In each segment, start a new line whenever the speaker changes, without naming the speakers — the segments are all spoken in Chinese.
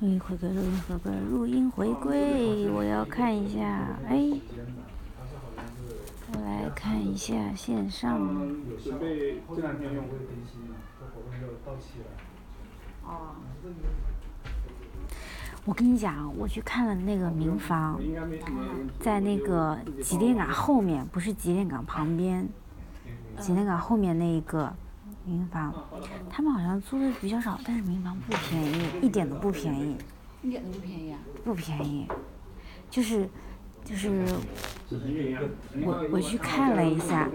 录音回归，录音回归，录音回归，我要看一下，哎，我来看一下线上，
准备这两天用。
哦，我跟你讲，我去看了那个民房，
应该没什么问题
在那个吉列港后面，不是吉列港旁边，吉列港后面那一个呃民房，他们好像租的比较少，但是民房不便宜，一点都不便宜，
一点都不便宜啊！
不便宜，就是就是我
我
我去看了一下，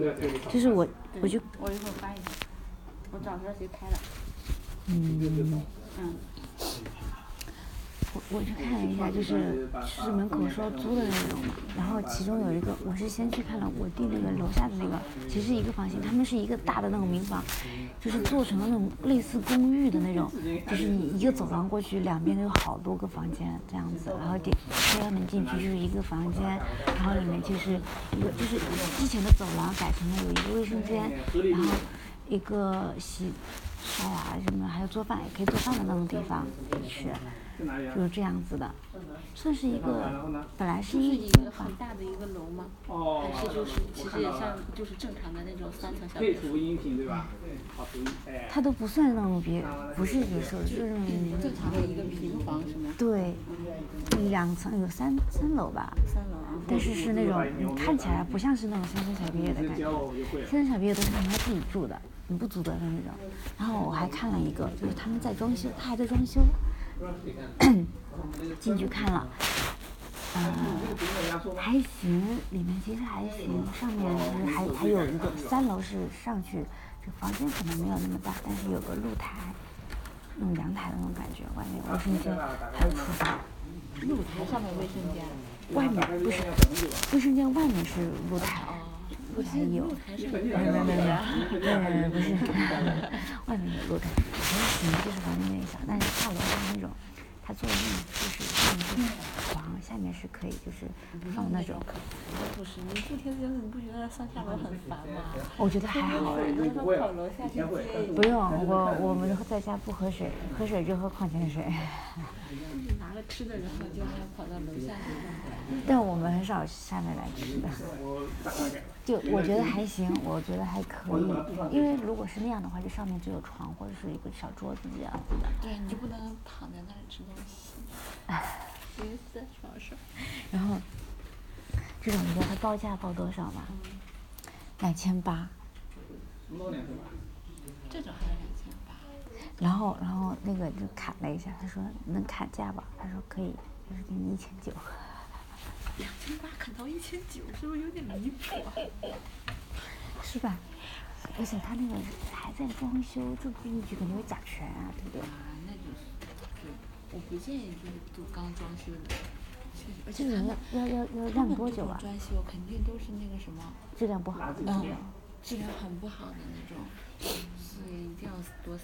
就是我我就
我一会儿发一下，我找不到谁拍了。
嗯，
嗯，
我我去看了一下，就是就是门口说租的那种嘛，然后其中有一个，我是先去看了我弟那个楼下的那个，其实是一个房型，他们是一个大的那种民房，就是做成了那种类似公寓的那种，就是你一个走廊过去，两边都有好多个房间这样子，然后点开门进去就是一个房间，然后里面就是一个就是之前的走廊改成了有一个卫生间，然后一个洗刷啊什么，还有做饭也可以做饭的那种地方是。就是这样子的，算是一个本来是
就是
一
一个很大的一个楼吗？还是就是其实也像就是正常的那种三层小
配
别墅？
图音频对吧？好图音哎，
它都不算那种别，不是别墅，就是
正常的一个平房是吗？
对，两层有三三楼吧，
三楼啊。
但是是那种你看起来不像是那种乡村小别
你
野的
直
感
接教
觉，
我我就会了。
乡村小别野都是他们自己住的，你不租得的那种。然后我还看了一个，就是他们在装修，他还在装修，进去看了，还行，里面其实还行，上面就是还还有一个三楼是上去，这个房间可能没有那么大，但是有个露台，那种阳台的那种感觉，外面有卫生间，还有厨房，
露台上面卫生间。
外面不是卫生间外面是露台，露台有，
还是
没有没有没有没有，呃不是， 外面有露台，还行，就是房间有点小，但是大楼是那种，它做的那种就是上面是床，下面是可以就是放那种。
不是，你住天子你不觉得上下楼很烦吗？
我觉得还好哎，
你说跑楼下去接
不用我我们在家不喝水，喝水就喝矿泉水，
拿了吃的，然后就还跑到楼下去。
但我们很少下面来吃的。就我觉得还行，我觉得还可以，因为如果是那样的话，就上面只有床或者是一个小桌子这样子的。
对，你就不能躺在那儿吃东西。哎你在床上。
然后，这种你知道它报价报多少吗？两千八。
这种还是两千八，
然后，然后那个就砍了一下，他说能砍价吧？他说可以，就是给你一千九。
两千八砍到一千九，是不是有点离谱啊？
是吧？而且他那个还在装修，住进去肯定有甲醛啊，对不对？
啊，那就是，对，我不建议就是都刚装修的，确实，而
这
且
个
他
要
们
要要要
他
晾
们
多
这
久
种
啊？
装修肯定都是那个什么，
质量不好。
嗯，质量很不好的那种，所以一定要多。